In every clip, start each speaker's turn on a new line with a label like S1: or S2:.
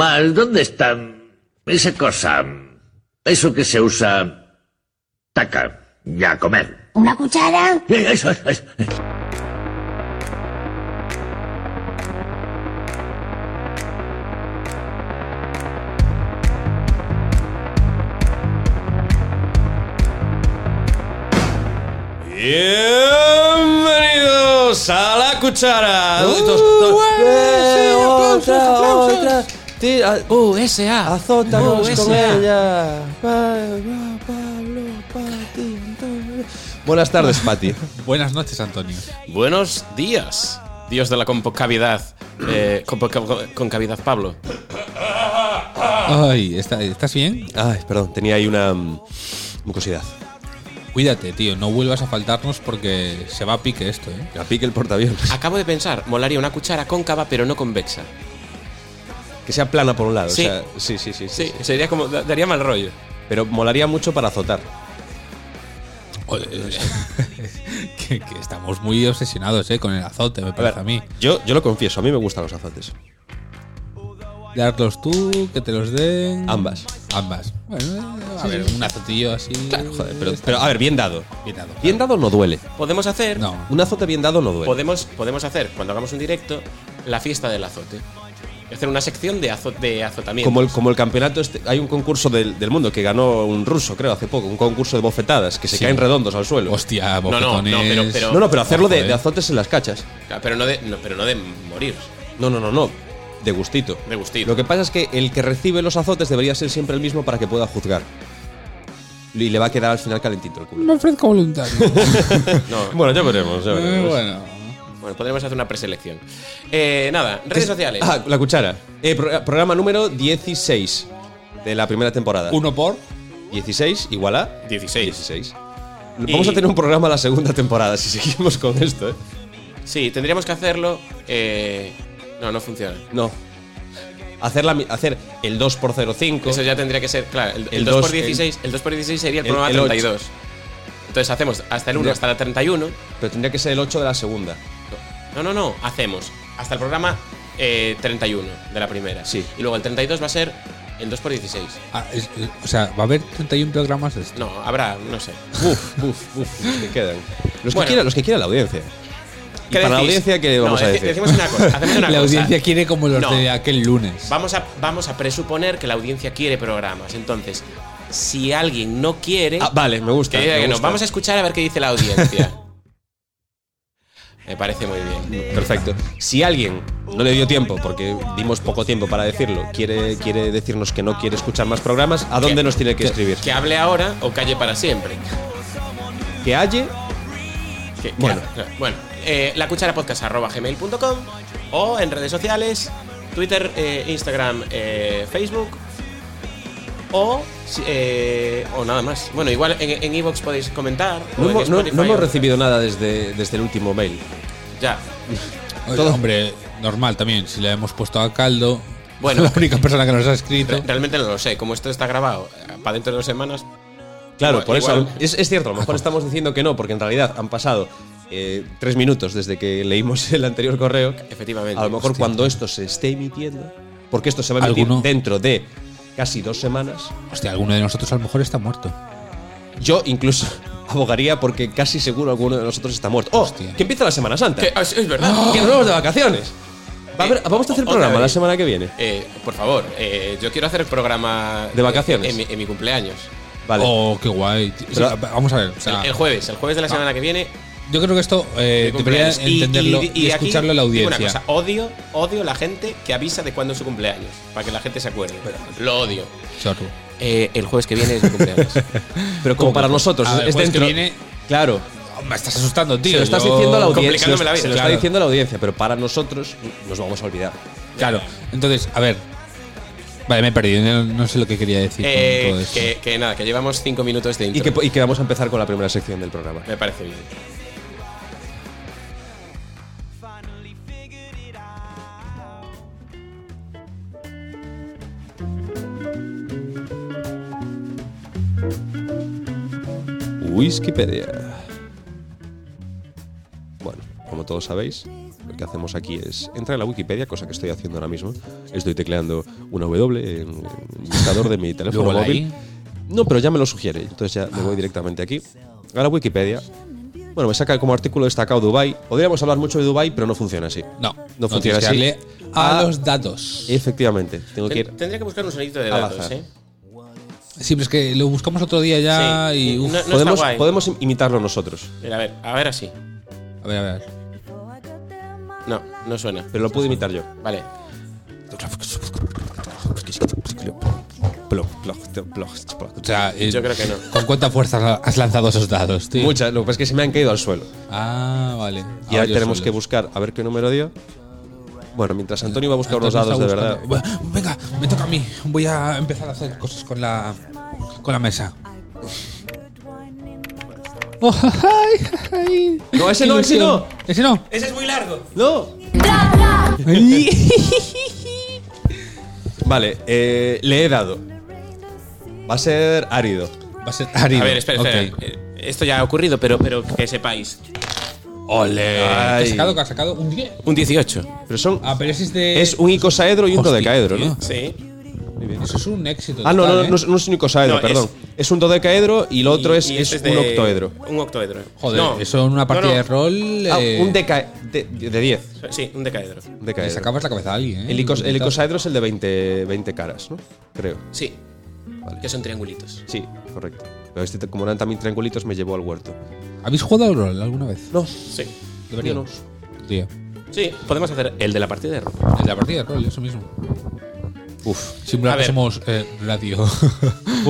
S1: Mal, ¿dónde está esa cosa? Eso que se usa. Taca, ya a comer.
S2: ¿Una cuchara?
S1: Eh, Eso, eso, eso.
S3: Bienvenidos a la cuchara.
S4: Uh,
S3: Dos- dos-
S4: Eh, otra, otra.
S3: Tira- uh, S.A.
S4: Azótanos
S3: Uh,
S4: con
S3: S.A..
S4: ella. Pablo, Pablo, Pati, Antonio. Buenas tardes, Pati.
S5: Buenas noches, Antonio.
S3: Buenos días, Dios de la concavidad. Eh, conpo- concavidad, Pablo.
S5: Ay, ¿está- ¿estás bien?
S4: Ay, perdón, tenía ahí una mm, mucosidad.
S5: Cuídate, tío, no vuelvas a faltarnos porque se va a pique esto, ¿eh?
S4: La pique el portaaviones.
S3: Acabo de pensar, molaría una cuchara cóncava pero no convexa.
S4: Que sea plana por un lado.
S3: Sí.
S4: o sea, sí, sí, sí, sí,
S3: Sí,
S4: sí.
S3: sería como. da- daría mal rollo.
S4: Pero molaría mucho para azotar.
S5: O- que, que estamos muy obsesionados, ¿eh? Con el azote, me
S4: A ver,
S5: parece a, mí.
S4: Yo, yo lo confieso, a mí me gustan los azotes.
S5: Darlos tú, que te los den.
S4: Ambas.
S5: Ambas. Bueno, eh, a ver, un azotillo así.
S4: Claro, joder, pero, pero
S3: ah,
S4: a ver, bien dado.
S5: Bien dado,
S4: Bien dado no duele.
S3: Podemos hacer.
S5: No.
S4: Un azote bien dado no duele.
S3: Podemos, podemos hacer, cuando hagamos un directo, la fiesta del azote. Hacer una sección de, azo- de azotamiento.
S4: Como el, como el campeonato, este, hay un concurso del, del mundo que ganó un ruso, creo, hace poco, un concurso de bofetadas que se
S5: Sí.
S4: caen redondos al suelo.
S5: Hostia,
S3: no, no,
S5: bofetones.
S3: pero- pero-
S4: No, no, pero hacerlo de,
S5: Joder.
S4: de azotes en las cachas.
S3: Claro, Ah, Pero, no de, no- pero no de morir.
S4: No, no, no, no. De gustito.
S3: De gustito.
S4: Lo que pasa es que el que recibe los azotes debería ser siempre el mismo para que pueda juzgar. Y le va a quedar al final calentito el culo.
S5: No ofrezco voluntario.
S3: No,
S4: Bueno, ya veremos. ya
S5: Eh,
S4: veremos.
S5: bueno.
S3: Bueno, podremos hacer una preselección. Eh, nada, redes sociales.
S4: Ah, la cuchara. Eh, pro- programa número 16 de la primera temporada.
S5: Uno por.
S4: 16 igual a
S3: 16.
S4: 16. Vamos
S3: Y-
S4: a tener un programa la segunda temporada si seguimos con esto, ¿eh?
S3: Sí, tendríamos que hacerlo. eh, no, no funciona.
S4: No. Hacer, la, mi- hacer el 2x05.
S3: Eso ya tendría que ser, claro, el,
S4: El
S3: 2x16, el 2x16 sería el,
S4: el-
S3: programa
S4: el ocho.
S3: 32. Entonces hacemos hasta el 1
S4: Ya.
S3: hasta la 31.
S4: Pero tendría que ser el 8 de la segunda.
S3: No, no, no, hacemos hasta el programa eh, 31 de la primera.
S4: Sí.
S3: Y luego el 32 va a ser el 2x16.
S5: ah, es- eh, o sea, va a haber 31 programas de esto.
S3: No, habrá, no sé.
S4: Buf, buf, buf. Los que quedan. Los,
S3: Bueno.
S4: que quiera, los que quiera la audiencia. Y
S3: ¿Qué
S4: para la
S3: decís?
S4: audiencia, ¿qué
S3: No,
S4: vamos a
S3: deci-
S4: decir?
S3: Decimos una cosa, hacemos una cosa.
S5: La audiencia quiere como los
S3: No.
S5: de aquel lunes.
S3: Vamos a, vamos a presuponer que la audiencia quiere programas. Entonces, si alguien no quiere,
S4: Ah, vale, me gusta.
S3: que diga
S4: me
S3: que no.
S4: gusta.
S3: Vamos a escuchar a ver qué dice la audiencia. Me parece muy bien.
S4: Perfecto. Si alguien no le dio tiempo, porque dimos poco tiempo para decirlo, quiere, quiere decirnos que no quiere escuchar más programas, ¿a dónde
S3: Que-
S4: nos tiene que escribir?
S3: Que hable ahora o calle para siempre.
S4: Que halle.
S3: Que- que
S4: Bueno.
S3: hable- bueno eh, la cuchara gmail.com o en redes sociales, Twitter, eh, Instagram, eh, Facebook o, si- eh, o nada más. Bueno, igual en en iVoox podéis comentar. o
S4: No,
S3: en
S4: hemos- no- no
S3: Spotify
S4: hemos
S3: o-
S4: recibido nada desde, desde el último mail.
S3: Ya,
S5: Oye, Hombre, normal también, si le hemos puesto a caldo.
S3: Bueno.
S5: la única persona que nos ha escrito.
S3: Re- Realmente no lo sé. Como esto está grabado eh, para dentro de dos semanas.
S4: Claro,
S3: igual-
S4: por eso.
S3: igual-
S4: Es, es cierto, a lo mejor estamos diciendo que no, porque en realidad han pasado eh, tres minutos desde que leímos el anterior correo.
S3: Efectivamente.
S4: A lo mejor cuando esto se esté emitiendo, porque esto se va a emitir
S5: Alguno-
S4: dentro de casi dos semanas,
S5: Hostia, alguno de nosotros a lo mejor está muerto.
S4: yo incluso abogaría porque casi seguro alguno de nosotros está muerto. ¡Oh!
S5: Hostia.
S4: Que empieza la Semana Santa.
S3: Que- ah, sí, es verdad.
S4: ¡Que nos vamos de vacaciones! Va a haber-
S3: Eh,
S4: vamos a hacer
S3: otra
S4: programa
S3: vez.
S4: la semana que viene.
S3: Eh, por favor, eh, yo quiero hacer el programa.
S4: ¿De vacaciones?
S3: eh, En, mi- en mi cumpleaños.
S4: Vale.
S5: Oh, qué guay. Sí,
S4: Pero-
S5: vamos a ver. o sea,
S4: Ah.
S3: el, el jueves, el jueves de la semana que
S4: Eh,
S3: viene.
S5: yo creo que esto eh,
S3: mi
S5: debería
S3: cumpleaños. Y-
S5: entenderlo y,
S3: aquí
S5: escucharlo la
S3: digo
S5: audiencia.
S3: Una cosa, odio, odio la gente que avisa de cuándo es su cumpleaños. Para que la gente se acuerde. Lo odio.
S5: Chorro.
S3: Eh, el jueves que viene es mi cumpleaños.
S4: Pero como para nosotros,
S5: A ver,
S4: es
S5: pues
S4: dentro.
S5: que viene-
S4: Claro.
S5: Oh, Me estás asustando, tío.
S4: se lo estás
S5: yo-
S4: diciendo a la audiencia. Se lo,
S3: complicándome la vida.
S4: se lo
S5: Claro.
S4: está diciendo a la audiencia, pero para nosotros nos vamos a olvidar.
S5: Claro. Entonces, a ver. Vale, me he perdido. No, no sé lo que quería decir. con
S3: Eh,
S5: todo esto.
S3: que, que nada, que llevamos cinco minutos de
S4: Y
S3: intro.
S4: que, y que vamos a empezar con la primera sección del programa.
S3: Me parece bien.
S4: Wikipedia. Bueno, como todos sabéis, que hacemos aquí es entrar en la Wikipedia, cosa que estoy haciendo ahora mismo. Estoy tecleando una W en en el buscador de mi teléfono
S5: Luego la
S4: móvil.
S5: I.
S4: No, pero ya me lo sugiere. Entonces ya me voy directamente aquí a la Wikipedia. Bueno, me saca como artículo destacado Dubai. Podríamos hablar mucho de Dubai, pero no funciona así.
S5: No,
S4: no funciona
S5: tienes que
S4: así.
S5: darle a
S4: Ah,
S5: los datos.
S4: Efectivamente, tengo que ir.
S3: Ten- Tendría que buscar un sonidito de
S4: Al
S3: datos,
S4: azar.
S3: ¿eh?
S5: Sí, pero es que lo buscamos otro día ya
S3: Sí.
S5: y. uf.
S3: No- no- está
S4: podemos,
S3: guay.
S4: podemos imitarlo nosotros,
S3: Mira, a ver, a ver así.
S5: A ver, a ver.
S3: No, no suena.
S4: pero lo puedo imitar yo.
S3: Vale.
S5: O sea, eh,
S3: Yo creo que no.
S5: ¿Con cuánta fuerza has lanzado esos dados, tío?
S4: Muchas, lo que pasa es que se me han caído al suelo.
S5: Ah, vale.
S4: Y ahora tenemos que buscar a ver qué número dio. Bueno, mientras Antonio va a buscar los
S5: Ah,
S4: dados, de verdad.
S5: Venga, me toca a mí. Voy a empezar a hacer cosas con la, con la mesa. Oh, ay, ay.
S4: No, ese no, ese no.
S5: Ese no.
S3: Ese es muy largo.
S4: ¡No! Vale, eh, le he dado. Va a ser árido.
S5: Va a ser árido.
S3: A ver, espera, espera.
S5: Ok.
S3: Eh, Esto ya ha ocurrido, pero, pero que sepáis.
S5: Ole. ¿Qué
S4: Ay.
S5: has sacado? ¿Qué has sacado? ¿Un 10?
S3: Un 18.
S4: Pero son.
S5: Ah, pero ese es de.
S4: Es un icosaedro y un
S5: Hostia,
S4: dodecaedro, ¿no?
S3: Sí.
S5: Eso es un éxito.
S4: Ah, no,
S5: total,
S4: no,
S5: ¿eh?
S4: no, es- no es un icosaedro,
S3: No,
S4: perdón. Es, un dodecaedro y el otro
S3: Y-
S4: es,
S3: y
S4: es
S3: este
S4: un
S3: de-
S4: octoedro.
S3: Un octoedro.
S5: Joder,
S3: No.
S5: eso en una partida
S3: No, no.
S5: de rol.
S4: Ah,
S5: eh,
S4: un deca de de 10.
S3: Sí, un decaedro.
S5: Le
S4: Decaedro.
S5: sacabas la cabeza a alguien, ¿eh?
S4: El, icos- el icosaedro es el de 20, 20 caras, ¿no? Creo.
S3: Sí. Que son triangulitos.
S4: Sí, correcto. Pero este, te- como eran también triangulitos, me llevó al huerto.
S5: ¿Habéis jugado al rol alguna vez?
S4: No,
S3: Sí.
S5: Deberíamos. Tío.
S3: Sí, podemos hacer el de la partida de ropa.
S5: En la partida de rol, eso mismo.
S4: Uf.
S5: Simular
S3: A
S5: que
S3: ver.
S5: somos eh, radio.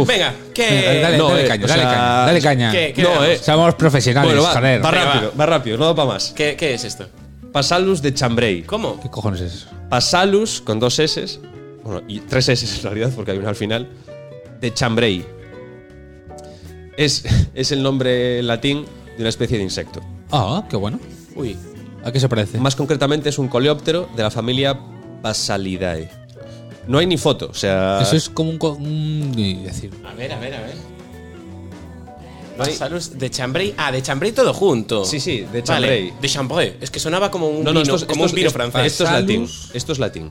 S3: Venga,
S5: dale,
S3: que.
S5: dale,
S4: no,
S5: dale
S4: eh,
S5: caña,
S4: o
S5: dale
S4: sea,
S5: caña, dale caña.
S3: pues, ¿qué- qué
S4: no,
S3: damos?
S4: eh.
S5: Somos profesionales,
S4: Bueno, va,
S5: joder.
S4: va
S3: Venga,
S4: rápido, va rápido, no va para más.
S3: ¿Qué, qué es esto?
S4: Pasalus de Chambray.
S3: ¿Cómo?
S5: ¿Qué cojones es eso?
S4: Pasalus con dos S. Bueno, y tres S en realidad, porque hay una al final. De Chambray. Es, es el nombre latín de una especie de insecto.
S5: Ah, qué bueno.
S3: Uy.
S5: ¿A qué se parece?
S4: Más concretamente es un coleóptero de la familia Basalidae. No hay ni foto, o sea.
S5: Eso es como un. co- un- y decir,
S3: A ver, a ver, a ver.
S4: hay-
S3: Salus de chambray. Ah, de chambray todo junto.
S4: Sí, sí, de
S3: Vale,
S4: Chambray.
S3: de chambray. Es que sonaba como un
S4: No, no,
S3: vino,
S4: esto es,
S3: como
S4: esto es-
S3: un vino
S4: esto-
S3: francés.
S4: Esto es latín.
S5: Pasalus.
S4: Esto es latín.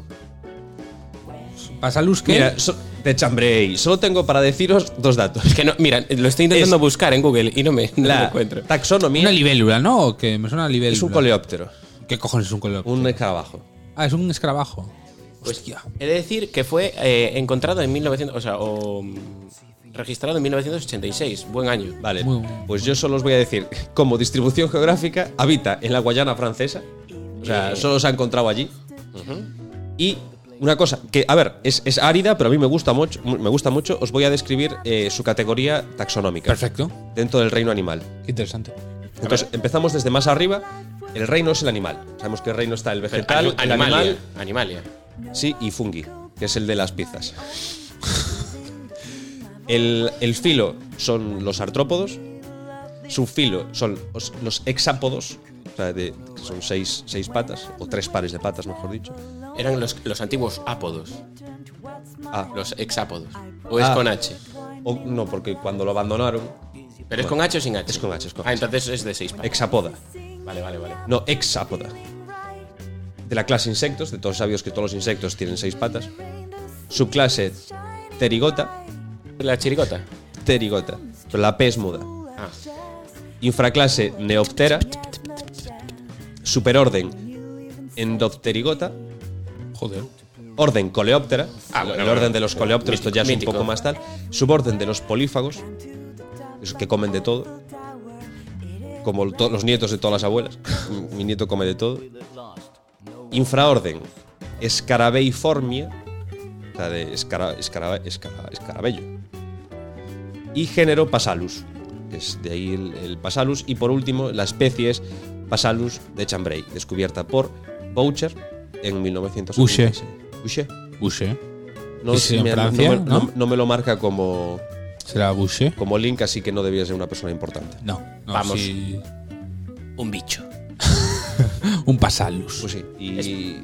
S5: ¿Pasa luz que
S4: Mira, so- de Chambray. Solo tengo para deciros dos datos.
S3: Es que no, mira, lo estoy intentando
S4: Es-
S3: buscar en Google y no me, no
S4: La
S3: lo encuentro.
S4: taxonomía
S5: Una libélula, ¿no? ¿O Que me suena a libélula.
S4: es un coleóptero,
S5: ¿Qué cojones es un coleóptero?
S4: un escarabajo.
S5: Ah, es un escarabajo.
S3: Pues, he de decir que fue eh, encontrado en 1900, o sea, o, mm, registrado en 1986, buen año.
S4: Vale,
S5: Muy bueno.
S4: pues yo solo os voy a decir, como distribución geográfica, habita en la Guayana francesa, o sea,
S3: Eh.
S4: solo se ha encontrado allí. Y una cosa, que a ver, es, es árida, pero a mí me gusta mucho, me gusta mucho, os voy a describir eh, su categoría taxonómica
S5: Perfecto.
S4: dentro del reino animal.
S5: Qué interesante.
S4: Entonces, empezamos desde más arriba, el reino es el animal, sabemos que el reino está el vegetal,
S3: Ani-
S4: el
S3: animalia,
S4: animal,
S3: Animalia.
S4: Sí, y fungi, que es el de las pizzas. El, el filo son los artrópodos, su filo son os- los hexápodos, o sea, de- que son seis, seis patas, o tres pares de patas, mejor dicho.
S3: Eran los, los antiguos ápodos,
S4: Ah,
S3: los hexápodos. O es
S4: Ah.
S3: con H.
S4: o- no, porque cuando lo abandonaron,
S3: ¿Pero es con H o sin H?
S4: Es con H, es con
S3: Ah,
S4: H.
S3: entonces es de 6
S4: hexapoda,
S3: Vale, vale, vale.
S4: no, hexápoda. De la clase insectos, de todos sabios que todos los insectos tienen seis patas. Subclase pterigota,
S3: La chirigota.
S4: pterigota, pero la P es muda.
S3: Ah,
S4: infraclase Neoptera, superorden Endopterigota,
S5: Joder.
S4: orden Coleóptera,
S3: Ah,
S4: el-
S3: bueno,
S4: el
S3: bueno.
S4: orden de los coleópteros, esto ya es
S3: Mítico.
S4: un poco más tal, suborden de los polífagos, esos que comen de todo, como to- los nietos de todas las abuelas, mi- mi nieto come de todo, infraorden Scarabeiformia, o sea, de escara- escara- escara- escarabello, y género Pasalus, que es de ahí el, el Pasalus, y por último la especie es Pasalus de Chambray, descubierta por Boucher en 1986. Boucher.
S5: Boucher.
S4: No,
S5: Que sí,
S4: me-
S5: en
S4: no me-
S5: Francia,
S4: no-
S5: ¿no?
S4: no me lo marca como,
S5: ¿Será Boucher?
S4: como link, así que no debía ser una persona importante.
S5: No. no
S3: Vamos.
S5: sí.
S3: un bicho.
S5: Un pasalus.
S4: Pues sí, y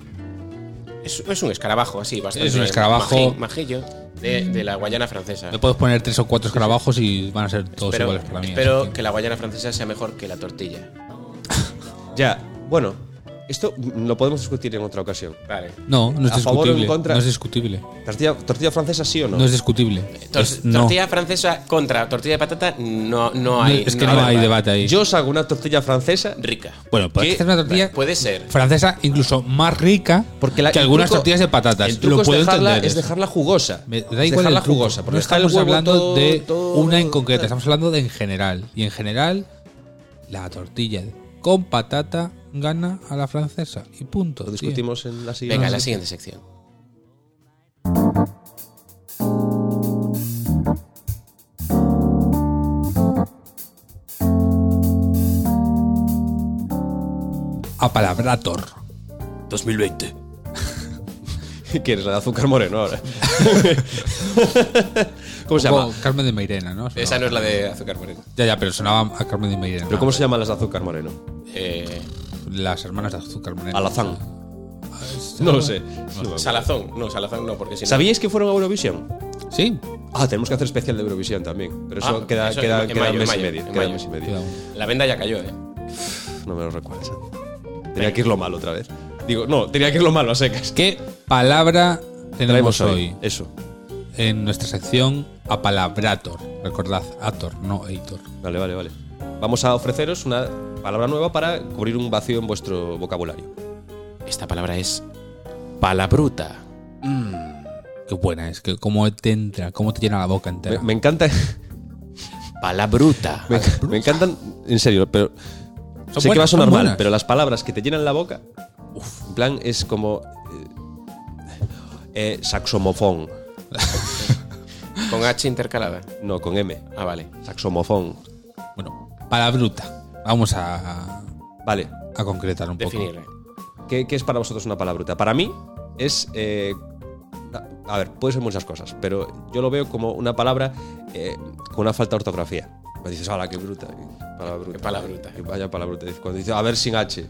S3: Es, es un escarabajo así, bastante.
S5: Es un escarabajo.
S3: maji- majillo de, de la Guayana francesa.
S5: Me puedes poner tres o cuatro escarabajos y van a ser todos
S3: Espero,
S5: iguales para mí.
S3: espero
S5: así
S3: que la Guayana francesa sea mejor que la tortilla.
S4: ya, bueno, Esto lo podemos discutir en otra ocasión.
S3: Vale.
S5: No, no es
S4: A favor o en
S5: discutible.
S4: contra.
S5: No es discutible.
S4: ¿Tortilla, tortilla francesa sí o no? Eh,
S5: No es discutible.
S3: Tor-
S5: Es- no.
S3: Tortilla francesa contra tortilla de patata no, no
S5: No,
S3: hay.
S5: es que no hay debate ahí.
S4: Yo os hago una tortilla francesa
S3: Rica.
S5: bueno, puedes
S4: ¿Qué?
S5: hacer una tortilla
S3: Puede ser.
S5: francesa incluso más rica
S4: porque la,
S5: que
S4: el
S5: algunas
S4: truco-
S5: tortillas de
S4: El
S5: patatas.
S4: truco
S5: Lo
S4: es,
S5: puedo
S4: dejarla,
S5: entender. ¿eh?
S4: es dejarla jugosa.
S5: Me da
S4: Es
S5: igual el
S4: dejarla
S5: truco.
S4: jugosa. porque
S5: no
S4: dejar el
S5: estamos
S4: huevo
S5: hablando
S4: todo-
S5: de
S4: todo-
S5: una en concreto, estamos hablando de en general. Y en general, la tortilla con patata gana a la francesa. Y punto.
S4: Lo
S5: tío.
S4: discutimos en la siguiente.
S3: Venga, la siguiente sección.
S5: Apalabrator.
S3: 2020.
S4: ¿Quieres la de azúcar moreno ahora? ¿Cómo se
S5: Como
S4: llama?
S5: Carmen de Mairena, ¿no?
S3: Esa no es la de azúcar moreno.
S5: Ya, ya, pero sonaba a Carmen de Mairena.
S4: ¿Pero cómo se llaman las de azúcar moreno?
S3: Eh,
S5: Las hermanas de Azúcar Moreno.
S4: Alazán. No lo sé.
S3: salazón. No, salazón no, porque si no.
S4: ¿Sabíais que fueron a Eurovisión?
S5: Sí.
S4: Ah, tenemos que hacer especial de Eurovisión también. Pero eso
S3: Ah,
S4: queda,
S3: eso
S4: queda,
S3: en
S4: queda
S3: mayo,
S4: un
S3: en
S4: mes
S3: mayo,
S4: y medio.
S3: en
S4: Queda un
S3: mayo.
S4: mes y medio.
S5: Cuidado.
S3: La venda ya cayó, ¿eh?
S4: No me lo recuerdas. Tenía que ir lo malo otra vez. Digo, no, tenía que ir lo malo a secas.
S5: ¿Qué palabra tenemos hoy?
S4: Eso.
S5: En nuestra sección Apalabrator. Recordad, Ator, no Eitor.
S4: Vale, vale, vale. Vamos a ofreceros una palabra nueva para cubrir un vacío en vuestro vocabulario.
S3: Esta palabra es palabruta.
S5: Qué buena es, que cómo te entra, cómo te llena la boca
S4: Me,
S5: entera.
S4: me encanta.
S3: Palabruta.
S4: Me, me encantan, en serio, pero.
S5: Ah, Son
S4: sé que va a
S5: buenas, son
S4: sonar mal,
S5: buenas.
S4: pero las palabras que te llenan la boca. Uf, en plan, es como. eh, eh, saxomofón.
S3: Con H intercalada.
S4: No, con M.
S3: Ah, vale.
S4: Saxomofón.
S5: Bueno, palabruta. Vamos a,
S4: Vale.
S5: a concretar un poco.
S3: Definirla.
S4: ¿Qué, qué es para vosotros una palabruta? Para mí es. eh, a a ver, puede ser muchas cosas, pero yo lo veo como una palabra eh, con una falta de ortografía. Cuando dices, hola, qué bruta. qué Palabruta.
S3: Qué palabruta.
S4: Que vaya palabruta. Cuando dices, a ver, sin H.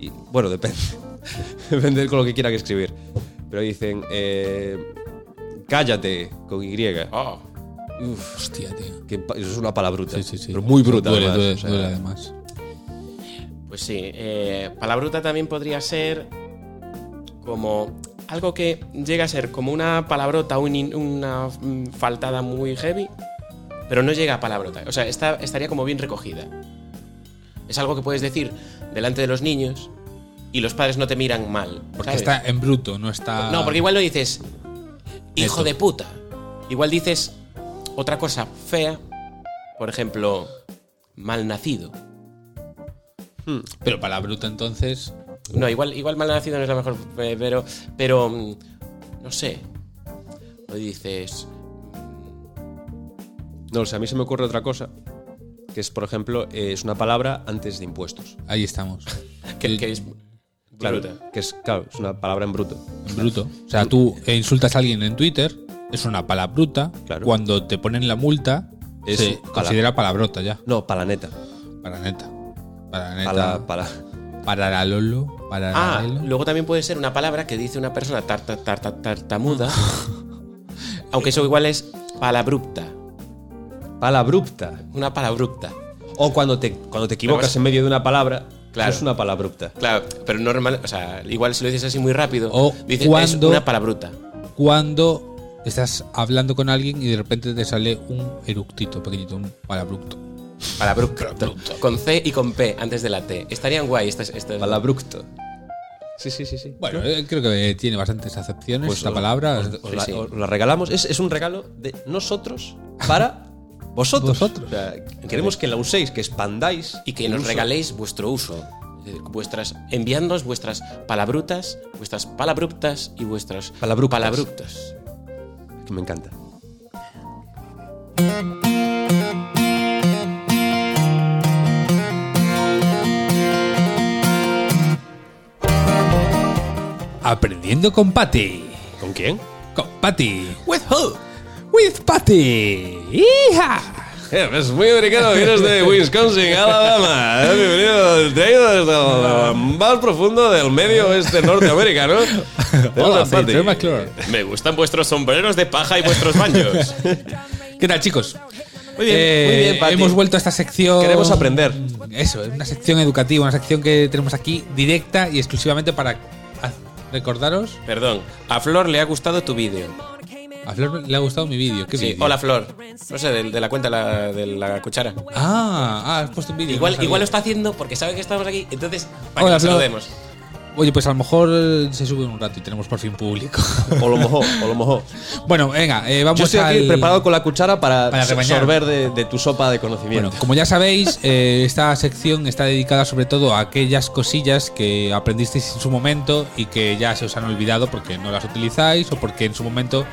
S4: Y, bueno, depende. depende de con lo que quieran escribir. Pero dicen, eh, cállate, con Y.
S3: Oh.
S5: Hostia, tío.
S4: Que pa- eso es una palabruta.
S5: Sí, sí, sí.
S4: Pero muy bruta.
S5: Duele,
S4: además,
S5: duele,
S4: o sea,
S5: duele además.
S3: Pues sí. eh, palabruta también podría ser como algo que llega a ser como una palabrota, un in- una mm, faltada muy heavy, pero no llega a palabrota. O sea, está, estaría como bien recogida. Es algo que puedes decir delante de los niños y los padres no te miran mal.
S5: Porque
S3: ¿sabes?
S5: está en bruto, no está.
S3: No, porque igual no dices hijo
S5: Neto.
S3: de puta. Igual dices otra cosa fea. Por ejemplo, malnacido.
S5: Pero palabruta entonces.
S3: No, igual, igual malnacido no es la mejor, eh, pero. Pero. mm, No sé. O dices.
S4: No, o sea, a mí se me ocurre otra cosa. Que es, por ejemplo, eh, es una palabra antes de impuestos.
S5: Ahí estamos.
S3: Que,
S5: El-
S3: que es.
S4: Claro,
S3: bruta.
S4: que es, claro, es una palabra en bruto.
S5: en bruto. O sea, tú eh, insultas a alguien en Twitter, es una palabruta.
S4: Claro.
S5: Cuando te ponen la multa,
S4: Es
S5: se
S4: pala-
S5: considera palabrota ya.
S4: No, palaneta.
S5: Para neta. Para neta.
S4: Pala, pala.
S5: Para la Lolo. Para la
S3: Ah,
S5: Lelo.
S3: luego también puede ser una palabra que dice una persona tarta, tarta, tartamuda. aunque eso igual es palabrupta.
S4: Palabrupta.
S3: Una palabrupta.
S4: O cuando te, cuando te equivocas
S3: Además-
S4: en medio de una palabra,
S3: Claro.
S4: es una palabrupta.
S3: Claro, pero normal, o sea, igual si lo dices así muy rápido,
S5: O
S3: dices
S5: cuando-
S3: es una palabruta.
S5: Cuando estás hablando con alguien y de repente te sale un eructito pequeñito, un palabructo.
S3: Palabructo. Con C y con P antes de la T. Estarían guay estas. estas
S4: Palabructo. Sí, sí, sí, sí.
S5: Bueno, eh, creo que tiene bastantes acepciones
S4: Pues
S5: esta
S4: os-
S5: palabra.
S4: os, os
S3: Sí,
S4: la,
S3: sí.
S4: os la regalamos. Es, es un regalo de nosotros para vosotros.
S5: Vosotros.
S4: O sea, queremos que la uséis, que expandáis.
S3: y que nos
S4: incluso.
S3: regaléis vuestro uso. Es decir, Vuestras, enviándonos vuestras palabrutas, vuestras palabruptas y vuestras
S4: Palabructas.
S3: palabructas.
S4: Que me encanta.
S5: Aprendiendo con Patty.
S4: ¿Con quién?
S5: Con Patty.
S3: With who?
S5: With Patty. ¡Hija!
S4: Es Eh, pues muy americano, vienes de Wisconsin, Alabama. Eh, Bienvenido, traído desde lo más profundo del medio oeste norteamericano.
S5: Hola,
S4: Tenemos a Patty.
S5: soy Troy McClure.
S3: Me gustan vuestros sombreros de paja y vuestros baños.
S5: ¿Qué tal, chicos?
S3: Muy bien, muy bien, Pati.
S5: Eh, Hemos vuelto a esta sección.
S4: Queremos aprender.
S5: Eso, es una sección educativa, una sección que tenemos aquí directa y exclusivamente para haz- recordaros.
S3: Perdón, a Flor le ha gustado tu vídeo.
S5: A Flor le ha gustado mi vídeo. ¿Qué
S3: Sí,
S5: vídeo?
S3: hola Flor. No sé, del- de, la cuenta la- de la cuchara.
S5: Ah, ah, has puesto un vídeo. no
S3: Igual,
S5: sabía.
S3: igual lo está haciendo porque sabe que estamos aquí, entonces, para
S5: Hola,
S3: que nos
S5: Flor.
S3: saludemos.
S5: Oye, pues a lo mejor eh, se sube un rato y tenemos por fin público.
S4: O lo mojó, o lo mojó.
S5: bueno, venga, eh, vamos
S4: Yo estoy aquí
S5: al-
S4: preparado con la cuchara para,
S5: Para rebañar.
S4: sorber de, de tu sopa de conocimiento.
S5: Bueno, como ya sabéis, eh, esta sección está dedicada sobre todo a aquellas cosillas que aprendisteis en su momento y que ya se os han olvidado porque no las utilizáis o porque en su momento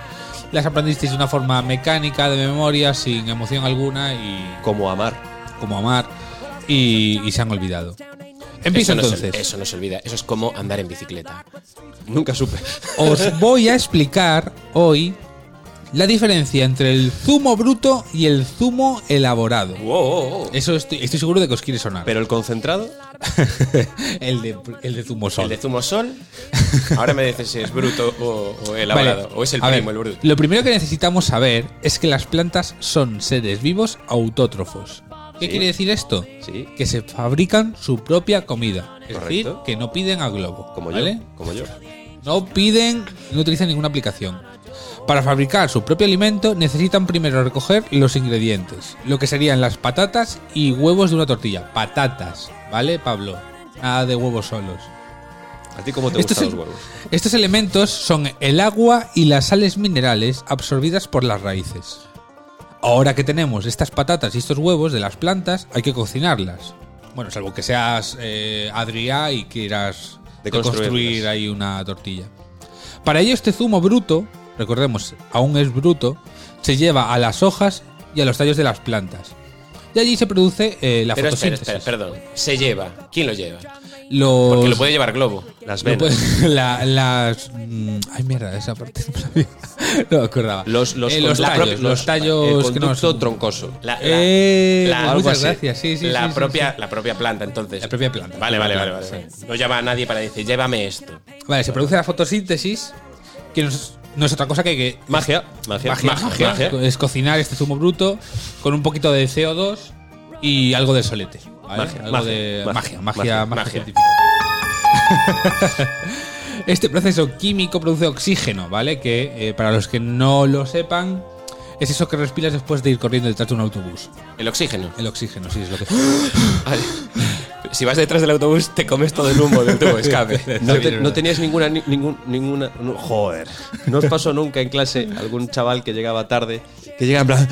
S5: las aprendisteis de una forma mecánica, de memoria, sin emoción alguna y
S4: como amar.
S5: como amar y, y se han olvidado. Empiezo
S3: Eso no se-
S5: entonces.
S3: eso no se olvida. Eso es como andar en bicicleta.
S4: Nunca supe.
S5: Os voy a explicar hoy la diferencia entre el zumo bruto y el zumo elaborado.
S3: Wow, wow, wow.
S5: Eso estoy, estoy seguro de que os quiere sonar.
S4: Pero el concentrado,
S5: el, de, el de zumo
S3: El
S5: sol.
S3: de zumo sol. Ahora me dices si es bruto o, o elaborado.
S5: Vale,
S3: O es el
S5: a
S3: primo,
S5: ver,
S3: el bruto.
S5: Lo primero que necesitamos saber es que las plantas son seres vivos autótrofos. ¿Qué
S4: Sí.
S5: quiere decir esto?
S4: Sí.
S5: Que se fabrican su propia comida. Es decir,
S4: Correcto.
S5: que no piden a globo.
S4: como
S5: ¿vale?
S4: yo. Como yo.
S5: No piden, no utilizan ninguna aplicación. Para fabricar su propio alimento necesitan primero recoger los ingredientes, lo que serían las patatas y huevos de una tortilla. Patatas, ¿vale, Pablo? Nada de huevos solos.
S4: ¿A ti cómo te
S5: Estos,
S4: gustan
S5: el-
S4: los huevos?
S5: estos elementos son el agua y las sales minerales absorbidas por las raíces. Ahora que tenemos estas patatas y estos huevos de las plantas, hay que cocinarlas. Bueno, salvo que seas eh, Adrià y quieras
S4: De
S5: construir
S4: construirlas.
S5: ahí una tortilla. Para ello este zumo bruto, recordemos, aún es bruto, se lleva a las hojas y a los tallos de las plantas. Y allí se produce eh, la
S3: Pero espera,
S5: fotosíntesis. Pues
S3: espera, perdón. Se lleva. ¿Quién lo lleva?
S5: Los-
S3: Porque lo puede llevar globo.
S4: Las
S5: no
S4: venas.
S5: puede- la- las. mm, ay, mierda, esa parte no me la vi. No me acordaba.
S4: los, los,
S5: Eh, los
S4: la
S5: tallos,
S4: propia-
S5: los tallos
S4: el
S5: que no
S4: conducto
S5: son-
S4: troncoso.
S3: La, la-
S5: Eh,
S3: la-
S5: pues
S4: algo
S5: muchas
S4: así.
S5: gracias, sí, sí.
S3: la
S5: sí, sí,
S3: propia,
S5: sí.
S3: la propia planta, entonces.
S5: La propia planta.
S3: Vale, vale,
S5: La
S3: vale,
S5: planta,
S3: vale. No llama a nadie para decir, llévame esto.
S5: Vale, se produce la fotosíntesis, que no es, no es otra cosa que. que
S4: Magia, magia,
S5: magia, magia. Es cocinar este zumo bruto con un poquito de CO2 y algo de solete. ¿vale?
S4: Magia,
S5: algo
S4: magia,
S5: de magia,
S4: magia,
S5: magia,
S4: magia,
S5: magia
S3: magia.
S5: científica. Este proceso químico produce oxígeno, ¿vale? Que eh, para los que no lo sepan, es eso que respiras después de ir corriendo detrás de un autobús.
S3: El oxígeno.
S5: El oxígeno, sí, es lo que.
S3: Si vas detrás del autobús, te comes todo el humo del tubo de escape.
S4: No, te- no tenías ninguna, ni- ningún- ninguna. no- joder. No os pasó nunca en clase algún chaval que llegaba tarde, que llega en plan.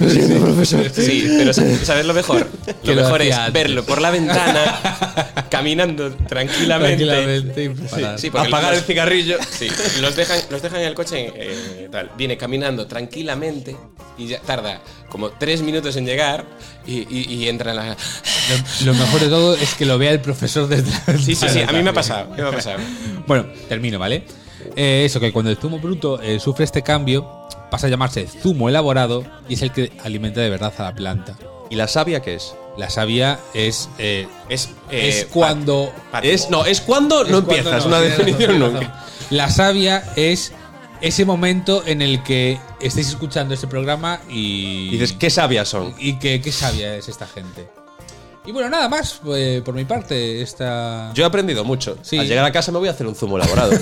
S4: Lo siento, profesor.
S3: Sí, pero sa- ¿sabes lo mejor? Lo
S5: Que lo
S3: mejor es
S5: hacía antes.
S3: verlo por la ventana, caminando tranquilamente.
S5: Tranquilamente y parar.
S3: Sí, porque
S4: Apagar
S3: los-
S4: el cigarrillo.
S3: Sí, los dejan, los dejan en el coche, eh, tal. viene caminando tranquilamente y ya tarda como tres minutos en llegar y, y- y entra en la...
S5: Lo, lo mejor de todo es que lo vea el profesor desde la
S3: Sí, sí, sí,
S5: ventana
S3: a mí me ha
S5: también.
S3: pasado, me ha pasado.
S5: Bueno, termino, ¿vale? Eh, eso, que cuando el zumo bruto eh, sufre este cambio, pasa a llamarse zumo elaborado y es el que alimenta de verdad a la planta.
S4: ¿Y la savia qué es?
S5: La savia es. eh,
S3: Es, eh,
S5: es cuando.
S3: pat-
S4: Es, no, es cuando
S5: es
S4: ah, no
S5: cuando
S4: empiezas,
S5: no,
S4: una
S5: tienes
S4: definición
S5: razón, tienes
S4: nunca.
S5: razón. La savia es ese momento en el que estáis escuchando este programa y.
S4: Y dices, ¿qué sabias son?
S5: Y que qué sabia es esta gente. Y bueno, nada más, eh, por mi parte, esta.
S4: Yo he aprendido mucho.
S5: Sí.
S4: Al llegar a casa me voy a hacer un zumo elaborado.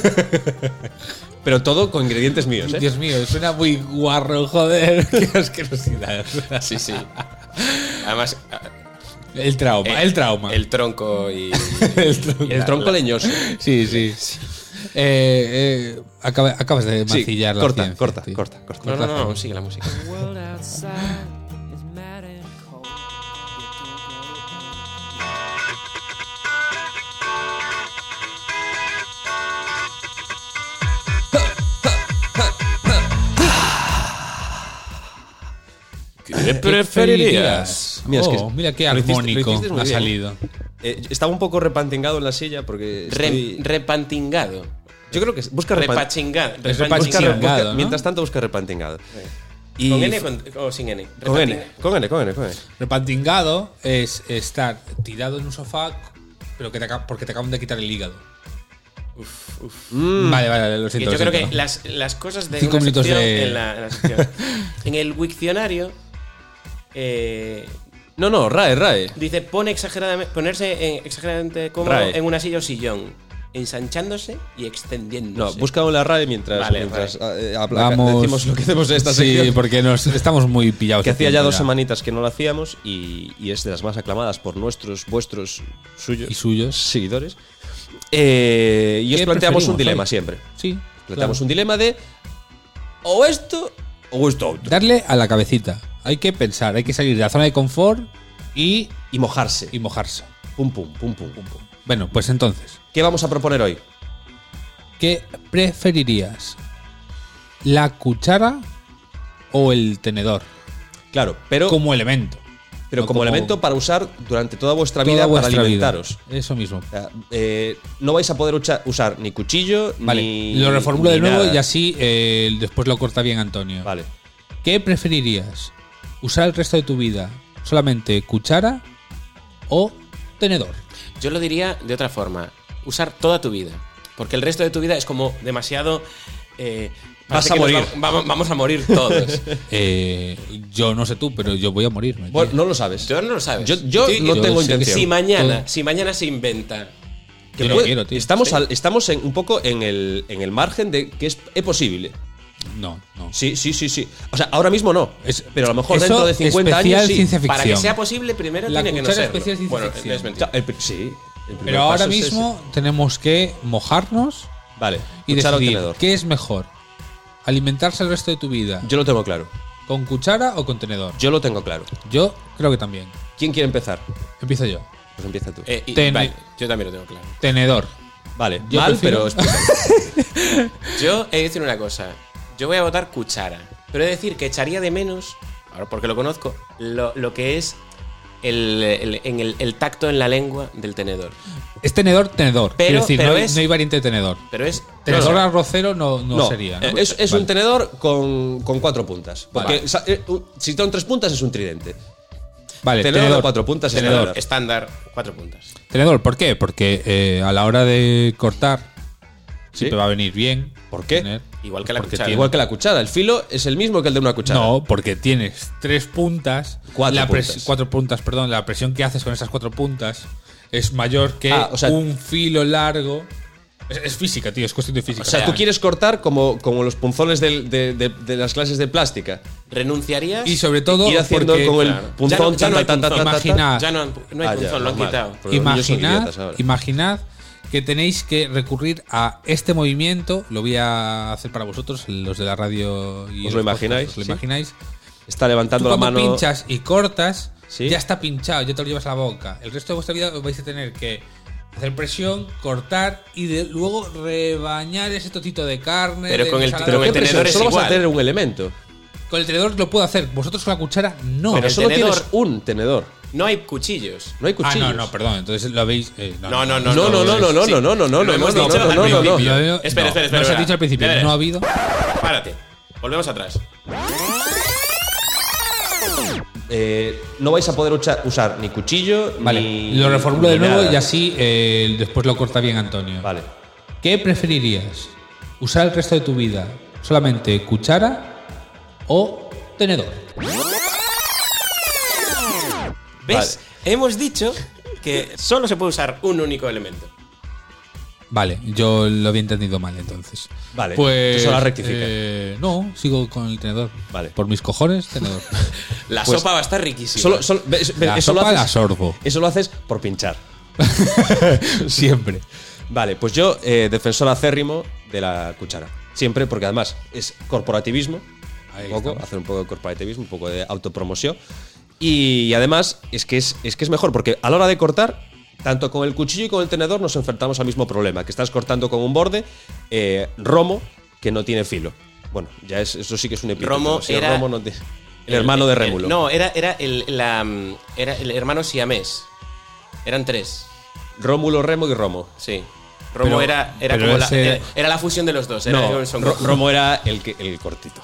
S4: Pero todo con ingredientes míos, ¿eh?
S5: Dios mío, suena muy guarro, joder, qué asquerosidad.
S3: ah, Sí, sí. Además, eh,
S5: El trauma,
S4: Eh,
S5: el, trauma.
S3: El tronco y...
S5: El tronco.
S4: El tronco leñoso.
S5: Sí, sí. Eh, eh, acaba- acabas de
S4: Sí,
S5: mancillar la
S4: corta,
S5: ciencia,
S4: corta,
S5: tío.
S4: corta, corta.
S3: No, no, no, no, sigue la música.
S2: world outside is mad and cold.
S3: ¿Qué
S5: Eh, Preferirías.
S4: Mira, es que-
S5: Oh, mira qué
S4: lo hiciste- lo
S5: armónico
S4: hiciste muy
S5: ha
S4: bien.
S5: salido.
S4: Eh, estaba un poco repantingado en la silla porque. estoy-
S3: repantingado.
S4: yo creo que. es- Busca repan-
S3: Repachingado.
S5: Es
S4: busca- busca-
S5: repachingado, ¿no?
S4: Mientras tanto, busca repantingado. Y
S3: ¿Con N o con- o sin N?
S4: Con
S3: Repanting-
S4: N, con N, con N, con N.
S5: Repantingado es estar tirado en un sofá, pero que te acab- porque te acaban de quitar el hígado. Mm. Vale, vale, lo siento.
S3: yo
S5: lo
S3: creo que
S5: siento.
S3: las, las cosas de
S5: Cinco
S3: una
S5: minutos
S3: sección
S5: de-
S3: en, la, en la sección. En el Wikcionario eh,
S4: No, no, RAE, RAE.
S3: dice pone exageradamente, ponerse en- exageradamente cómodo
S4: Rae.
S3: en una silla o sillón, ensanchándose y extendiéndose.
S4: No, busca la RAE mientras,
S3: Vale,
S4: mientras, eh, habla-
S5: Vamos.
S4: decimos lo que hacemos en esta
S5: Sí,
S4: sección.
S5: porque nos, estamos muy pillados.
S4: que
S5: de
S4: hacía
S5: tiempo
S4: ya dos
S5: ya.
S4: semanitas que no lo hacíamos y, y es de las más aclamadas por nuestros, vuestros, suyos
S5: Y suyos.
S4: seguidores. Eh, y os
S5: ¿Qué
S4: planteamos un
S5: preferimos,
S4: dilema
S5: Javi?
S4: siempre.
S5: Sí.
S4: Planteamos
S5: claro.
S4: un dilema de o esto o esto otro.
S5: Darle a la cabecita. Hay que pensar, hay que salir de la zona de confort y,
S4: Y mojarse.
S5: y mojarse.
S4: pum, pum, pum, pum, pum, pum.
S5: Bueno, pues entonces,
S4: ¿Qué vamos a proponer hoy?
S5: ¿qué preferirías? ¿La cuchara o el tenedor?
S4: Claro, pero
S5: como elemento.
S4: Pero
S5: No
S4: como, elemento para usar durante toda vuestra vida
S5: toda vuestra
S4: para alimentaros.
S5: vida. Eso mismo.
S4: O sea, eh, no vais a poder ucha- usar ni cuchillo
S5: Vale,
S4: ni.
S5: lo reformulo de
S4: ni
S5: nuevo
S4: nada.
S5: y así eh, después lo corta bien Antonio.
S4: Vale.
S5: ¿Qué preferirías? ¿Usar el resto de tu vida solamente cuchara o tenedor?
S3: Yo lo diría de otra forma, usar toda tu vida, porque el resto de tu vida es como demasiado... eh,
S4: Vas
S3: parece
S4: a
S3: que nos
S4: morir.
S3: va- vamos, vamos a morir todos.
S5: Eh, yo no sé tú, pero yo voy a morirme. tío.
S4: Bueno, no lo sabes.
S3: Yo no lo sabes.
S4: Yo- yo
S3: Sí,
S4: no
S3: yo
S4: tengo
S5: sé que
S4: intención.
S3: Si mañana,
S5: Tú-
S3: si mañana se inventa
S5: Yo
S4: Que
S5: no
S4: puede-
S5: quiero, tío.
S4: Estamos, al- estamos en- un poco en el, en el margen de que es, es posible.
S5: No, no.
S4: Sí, sí, sí, sí. O sea, ahora mismo no.
S5: Es-
S4: pero a lo mejor
S5: eso
S4: dentro de 50 años.
S5: especial
S4: sí.
S5: ciencia ficción.
S3: Para que sea posible, primero
S5: La
S3: tiene que no
S5: cuchara
S3: serlo.
S5: especial es ciencia
S3: bueno,
S5: ficción.
S3: es mentira.
S4: Claro, el pri- sí. el primer
S5: pero ahora
S4: paso es
S5: mismo tenemos que mojarnos
S4: ese. Vale.
S5: y
S4: cuchara o
S5: decidir
S4: tenedor.
S5: qué es mejor. ¿Alimentarse el resto de tu vida
S4: Yo lo tengo claro.
S5: con cuchara o con tenedor?
S4: Yo lo tengo claro.
S5: Yo creo que también.
S4: ¿Quién quiere empezar?
S5: Empiezo yo.
S4: Pues empieza tú.
S3: Eh, y-
S5: Ten-
S3: vale, yo también lo tengo claro.
S5: Tenedor.
S4: vale.
S5: yo
S4: Mal,
S5: prefiero-
S4: pero explica.
S3: Yo he de decir una cosa. Yo voy a votar cuchara. Pero he de decir que echaría de menos, ahora porque lo conozco, lo, lo que es el, el- en el- el tacto en la lengua del tenedor.
S5: Es tenedor, tenedor.
S3: Pero-
S5: Quiero decir,
S3: pero
S5: no, hay-
S3: es-
S5: no hay variante de tenedor.
S3: Pero es.
S5: Tenedor
S3: no, no,
S5: arrocero no, no, sería. ¿no?
S4: eh, Es, es
S5: Vale.
S4: un tenedor con, con cuatro puntas. Porque
S5: Vale.
S4: sa- eh, u- si son tres puntas es un tridente.
S5: Vale,
S4: tenedor
S5: tenedor,
S4: de cuatro puntas es
S5: Tenedor.
S4: tenedor.
S3: estándar, cuatro puntas.
S5: Tenedor, ¿por qué? Porque eh, a la hora de cortar siempre va a venir bien.
S4: ¿Por qué?
S3: Igual que la
S5: Porque
S3: cuchara.
S5: tiene-
S4: Igual que la cuchara. El filo es el mismo que el de una cuchara.
S5: No, porque tienes tres puntas.
S4: Cuatro
S5: la pres-
S4: puntas.
S5: Cuatro puntas, perdón. La presión que haces con esas cuatro puntas es mayor que
S4: Ah, o sea-
S5: un filo largo. Es, es física, tío, es cuestión de física.
S4: O sea, tú quieres cortar como, como los punzones del- de, de- de las clases de plástica.
S3: Renunciarías.
S5: Y sobre todo,
S4: Ir haciendo
S5: porque-
S4: con el
S3: Claro. Ya no-
S4: punzón.
S3: ya no hay punzón.
S5: Imagina-
S3: Ya no, han- no hay
S4: Ah, ya,
S3: punzón, lo han
S4: normal.
S3: quitado.
S4: Porque los niños son
S5: Imaginad,
S4: idiotas ahora.
S5: imaginad que tenéis que recurrir a este movimiento. Lo voy a hacer para vosotros, los de la radio. Y
S4: ¿Os lo
S5: los podcasts,
S4: imagináis?
S5: ¿os lo
S4: Sí.
S5: imagináis?
S4: Está
S5: Tú
S4: levantando la
S5: cuando
S4: mano.
S5: pinchas y cortas,
S4: Sí.
S5: ya está pinchado, ya te lo llevas a la boca. El resto de vuestra vida vais a tener que hacer presión, cortar y de- luego rebañar ese totito de carne.
S3: Pero
S5: de
S3: con el-
S5: ensalada.
S3: pero
S4: Pero
S3: con el
S4: qué
S3: tenedor
S4: presión,
S3: es
S4: solo vas a
S3: igual.
S4: tener un elemento.
S5: Con el tenedor lo puedo hacer. Vosotros con la cuchara no.
S4: Pero
S3: el
S4: Ah, solo
S3: tenedor-
S4: tienes un tenedor.
S3: No hay cuchillos.
S4: No hay
S5: ah,
S4: cuchillos.
S5: no, no, perdón. Entonces lo habéis. eh,
S3: No, no, no.
S4: No, no, no, no, no,
S3: Sí.
S4: no, no, no, no,
S3: Lo hemos
S4: no,
S3: dicho
S4: no,
S3: al
S4: no, no, no.
S3: principio.
S5: Yo-
S3: Espera,
S5: no,
S3: espera,
S5: no
S3: espera.
S5: se ha dicho al principio,
S3: Espera.
S5: no ha habido.
S3: Párate. Volvemos atrás.
S4: Eh, no vais a poder ucha- usar ni cuchillo
S5: Vale,
S4: ni.
S5: lo reformulo de
S4: ni
S5: nuevo
S4: nada.
S5: y así eh, después lo corta bien Antonio.
S4: Vale.
S5: ¿Qué preferirías? ¿Usar el resto de tu vida solamente cuchara o tenedor?
S3: ¿Ves? Hemos dicho que solo se puede usar un único elemento.
S5: Vale, yo lo había entendido mal entonces.
S4: Vale,
S5: pues.
S4: entonces ahora rectifica.
S5: eh, no, sigo con el tenedor.
S4: Vale.
S5: Por mis cojones, tenedor.
S3: La
S4: Pues-
S6: Ah,
S3: sopa va a estar riquísima.
S4: Solo, solo- ves- ves,
S5: La
S4: eso lo
S5: sopa
S4: haces-
S5: la sorbo.
S4: Eso lo haces por pinchar.
S5: Siempre.
S4: Vale, pues yo, eh, defensor acérrimo de la cuchara. Siempre, porque además es corporativismo.
S5: Ahí
S4: Un poco,
S5: estamos.
S4: hacer un poco de corporativismo, un poco de autopromoción. Y además es que es, es que es mejor, porque a la hora de cortar, tanto con el cuchillo y con el tenedor nos enfrentamos al mismo problema, que estás cortando con un borde eh, romo que no tiene filo. Bueno, ya es, eso sí que es un epíteto.
S3: Romo
S4: si el
S3: era-
S4: romo no te- el hermano de Rémulo.
S3: El- no, era, era, el, la, mm, era el hermano siamés. Eran tres,
S4: Rómulo, Remo y Romo.
S3: sí. Romo
S5: Pero-
S3: era, era,
S5: pero
S3: como la, eh,
S5: ese-
S3: era, era la fusión de los dos. Era
S4: No,
S3: el Son
S4: Ro-
S3: Goku.
S4: Romo era el, que, el cortito.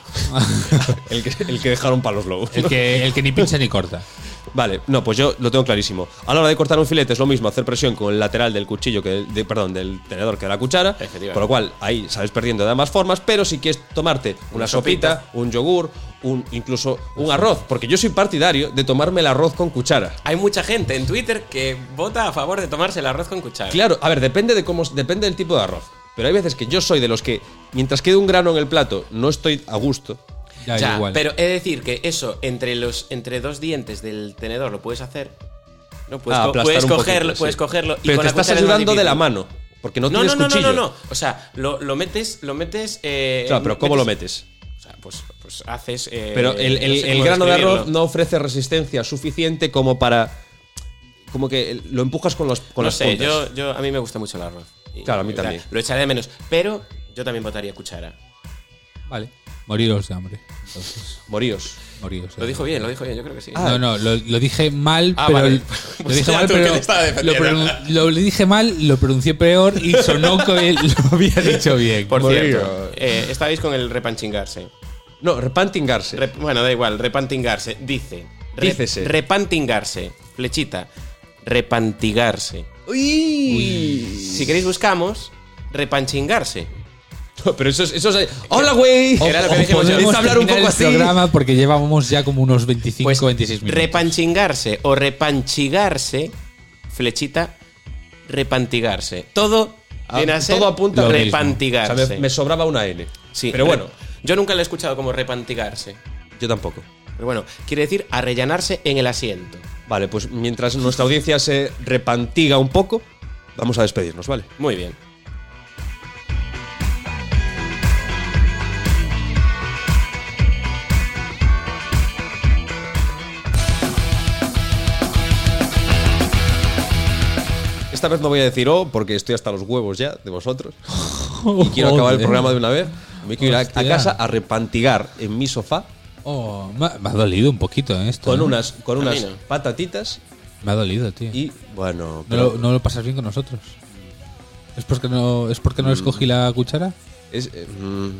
S4: el, que, el que dejaron para los lobos.
S5: El que, el que ni pincha ni corta.
S4: Vale, no, pues yo lo tengo clarísimo. A la hora de cortar un filete es lo mismo hacer presión con el lateral del cuchillo que del- de- perdón, del tenedor que de la cuchara,
S6: Efectivamente.
S4: con lo cual ahí sales perdiendo de ambas formas, pero si quieres tomarte una sopita, un yogur, un incluso un arroz, porque yo soy partidario de tomarme el arroz con cuchara.
S6: Hay mucha gente en Twitter que vota a favor de tomarse el arroz con cuchara.
S4: Claro, a ver, depende de cómo depende del tipo de arroz, pero hay veces que yo soy de los que mientras quede un grano en el plato no estoy a gusto.
S5: Ya,
S6: Ya,
S5: igual.
S6: pero he de decir que eso entre los entre dos dientes del tenedor lo puedes hacer. No puedes,
S4: Ah,
S6: co-
S4: aplastar
S6: puedes
S4: un poquito,
S6: cogerlo,
S4: sí.
S6: puedes cogerlo y
S4: Pero
S6: con
S4: te
S6: la
S4: estás
S6: cuchara es más
S4: ayudando de la
S6: difícil.
S4: mano, porque no,
S6: No, no,
S4: tienes
S6: no, no,
S4: cuchillo.
S6: no, no. O sea, lo, lo metes, lo metes. eh,
S4: Claro, pero ¿cómo lo metes?
S6: O sea, pues, pues haces. eh,
S4: Pero el, el-
S6: no sé
S4: el
S6: cómo
S4: grano de arroz
S6: describirlo.
S4: no ofrece resistencia suficiente como para. Como que lo empujas con, los, con
S6: No
S4: las
S6: sé,
S4: puntas.
S6: yo, yo- a mí me gusta mucho el arroz. Y-
S4: Claro, a mí
S6: o sea,
S4: también.
S6: Lo echaré de menos, pero yo también votaría cuchara.
S5: Vale. Moriros de hambre. Entonces,
S4: Moríos.
S5: moriros. de
S6: Lo dijo
S5: hambre.
S6: bien, lo dijo bien, yo creo que sí.
S3: Ah.
S5: No, no, lo, lo dije mal,
S6: Ah,
S5: pero.
S6: vale.
S5: Lo
S6: Pues
S5: dije
S6: ya
S5: mal,
S6: tú que
S5: pero.
S6: te estaba
S5: Lo,
S6: defendiendo.
S5: pronun- lo dije mal, lo pronuncié peor y sonó que lo había dicho bien.
S6: Por
S4: Morir.
S6: cierto, eh, estabais con el repanchingarse.
S4: No, repantingarse.
S6: Rep- bueno, da igual, repantingarse. Dice. re-
S4: Dícese.
S6: Repantingarse. Flechita. Repantigarse. Si queréis buscamos, repanchingarse.
S4: Pero eso es. Eso es- ¡Hola, güey!
S6: Era lo que
S5: O
S6: dijimos,
S5: podemos
S6: empieza a
S4: hablar un
S5: terminar
S4: poco
S5: el
S4: así.
S5: programa porque llevamos ya como unos 25, 26 minutos.
S6: Pues repanchingarse o repanchigarse, flechita, repantigarse. Todo
S4: Ah,
S6: viene a ser
S4: todo apunta
S5: a lo mismo.
S6: repantigarse.
S4: O sea, me, me sobraba una N.
S6: Sí,
S4: Pero bueno,
S6: Yo nunca lo he escuchado como repantigarse.
S4: yo tampoco.
S6: Pero bueno, quiere decir arrellanarse en el asiento.
S4: Vale, pues mientras nuestra audiencia se repantiga un poco, vamos a despedirnos, ¿vale?
S6: Muy bien.
S4: Esta vez no voy a decir oh, porque estoy hasta los huevos ya de vosotros. Y quiero acabar el
S5: Joder.
S4: programa de una vez. Me quiero ir a, a
S5: Hostia.
S4: casa a repantigar en mi sofá
S5: Oh, me, ha- me ha dolido un poquito eh, esto.
S4: con
S5: eh.
S4: unas, con
S6: A mí
S4: unas
S6: no.
S4: patatitas
S5: Me ha dolido, tío.
S4: y bueno.
S5: ¿No,
S4: pero
S5: lo, no lo pasas bien con nosotros? ¿Es porque no, es porque no escogí la cuchara?
S4: es, eh, mm,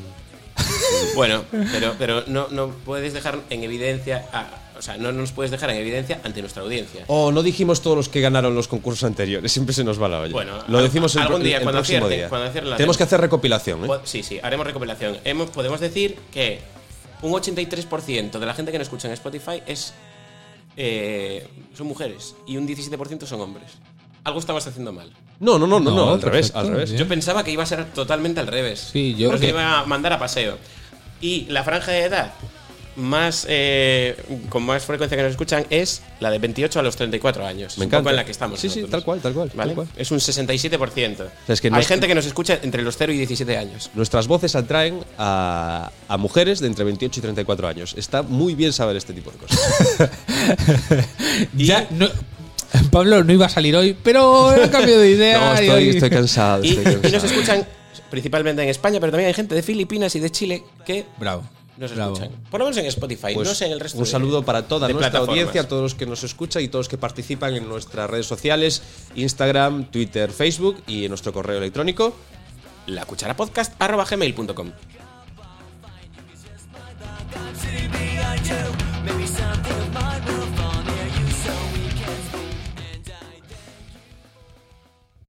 S6: Bueno, pero, pero no, no puedes dejar en evidencia, a- o sea, no nos puedes dejar en evidencia ante nuestra audiencia.
S4: oh, no dijimos todos los que ganaron los concursos anteriores. Siempre se nos va la olla.
S6: Bueno,
S4: lo
S6: al-
S4: decimos el,
S6: algún
S4: pro-
S6: día,
S4: el
S6: cuando
S4: próximo
S6: acierten,
S4: día.
S6: cuando acierten la
S4: Tenemos
S6: hacemos.
S4: que hacer recopilación. ¿eh?
S6: Po- Pues, Sí, sí, haremos recopilación. Hemos, podemos decir que un 83% de la gente que nos escucha en Spotify es eh, son mujeres y un 17% son hombres. Algo estamos haciendo mal.
S4: No, no, no, no, no,
S5: No,
S4: al revés,
S5: perfecto,
S4: al revés.
S5: bien.
S6: Yo pensaba que iba a ser totalmente al revés.
S5: Sí, yo
S6: Creo que
S5: que-
S6: iba a mandar a paseo. Y la franja de edad más eh, con más frecuencia que nos escuchan es la de 28 a los 34 años.
S4: Me
S6: Un poco
S4: encanta.
S6: en la que estamos.
S4: Sí, sí,
S6: nosotros.
S4: tal cual, tal cual,
S6: ¿Vale?
S4: tal cual.
S6: Es un 67%.
S4: sea, es que no
S6: Hay
S4: es-
S6: gente que nos escucha entre los 0 y 17 años.
S4: Nuestras voces atraen a, a mujeres de entre 28 y 34 años. Está muy bien saber este tipo de cosas.
S5: Ya, no- Pablo no iba a salir hoy, pero he cambiado de idea.
S4: No,
S5: y hoy-
S4: estoy, estoy cansado.
S6: Y,
S4: estoy cansado.
S6: y nos escuchan principalmente en España, pero también hay gente de Filipinas y de Chile que
S5: Bravo.
S6: nos
S5: bravo.
S6: escuchan. Por lo menos en Spotify,
S4: Pues
S6: no sé en el resto.
S4: Un
S6: de-
S4: saludo para toda
S6: de
S4: nuestra
S6: plataformas.
S4: audiencia, a todos los que nos escuchan y todos los que participan en nuestras redes sociales, Instagram, Twitter, Facebook y en nuestro correo electrónico.
S6: La cuchara podcast arroba gmail.com.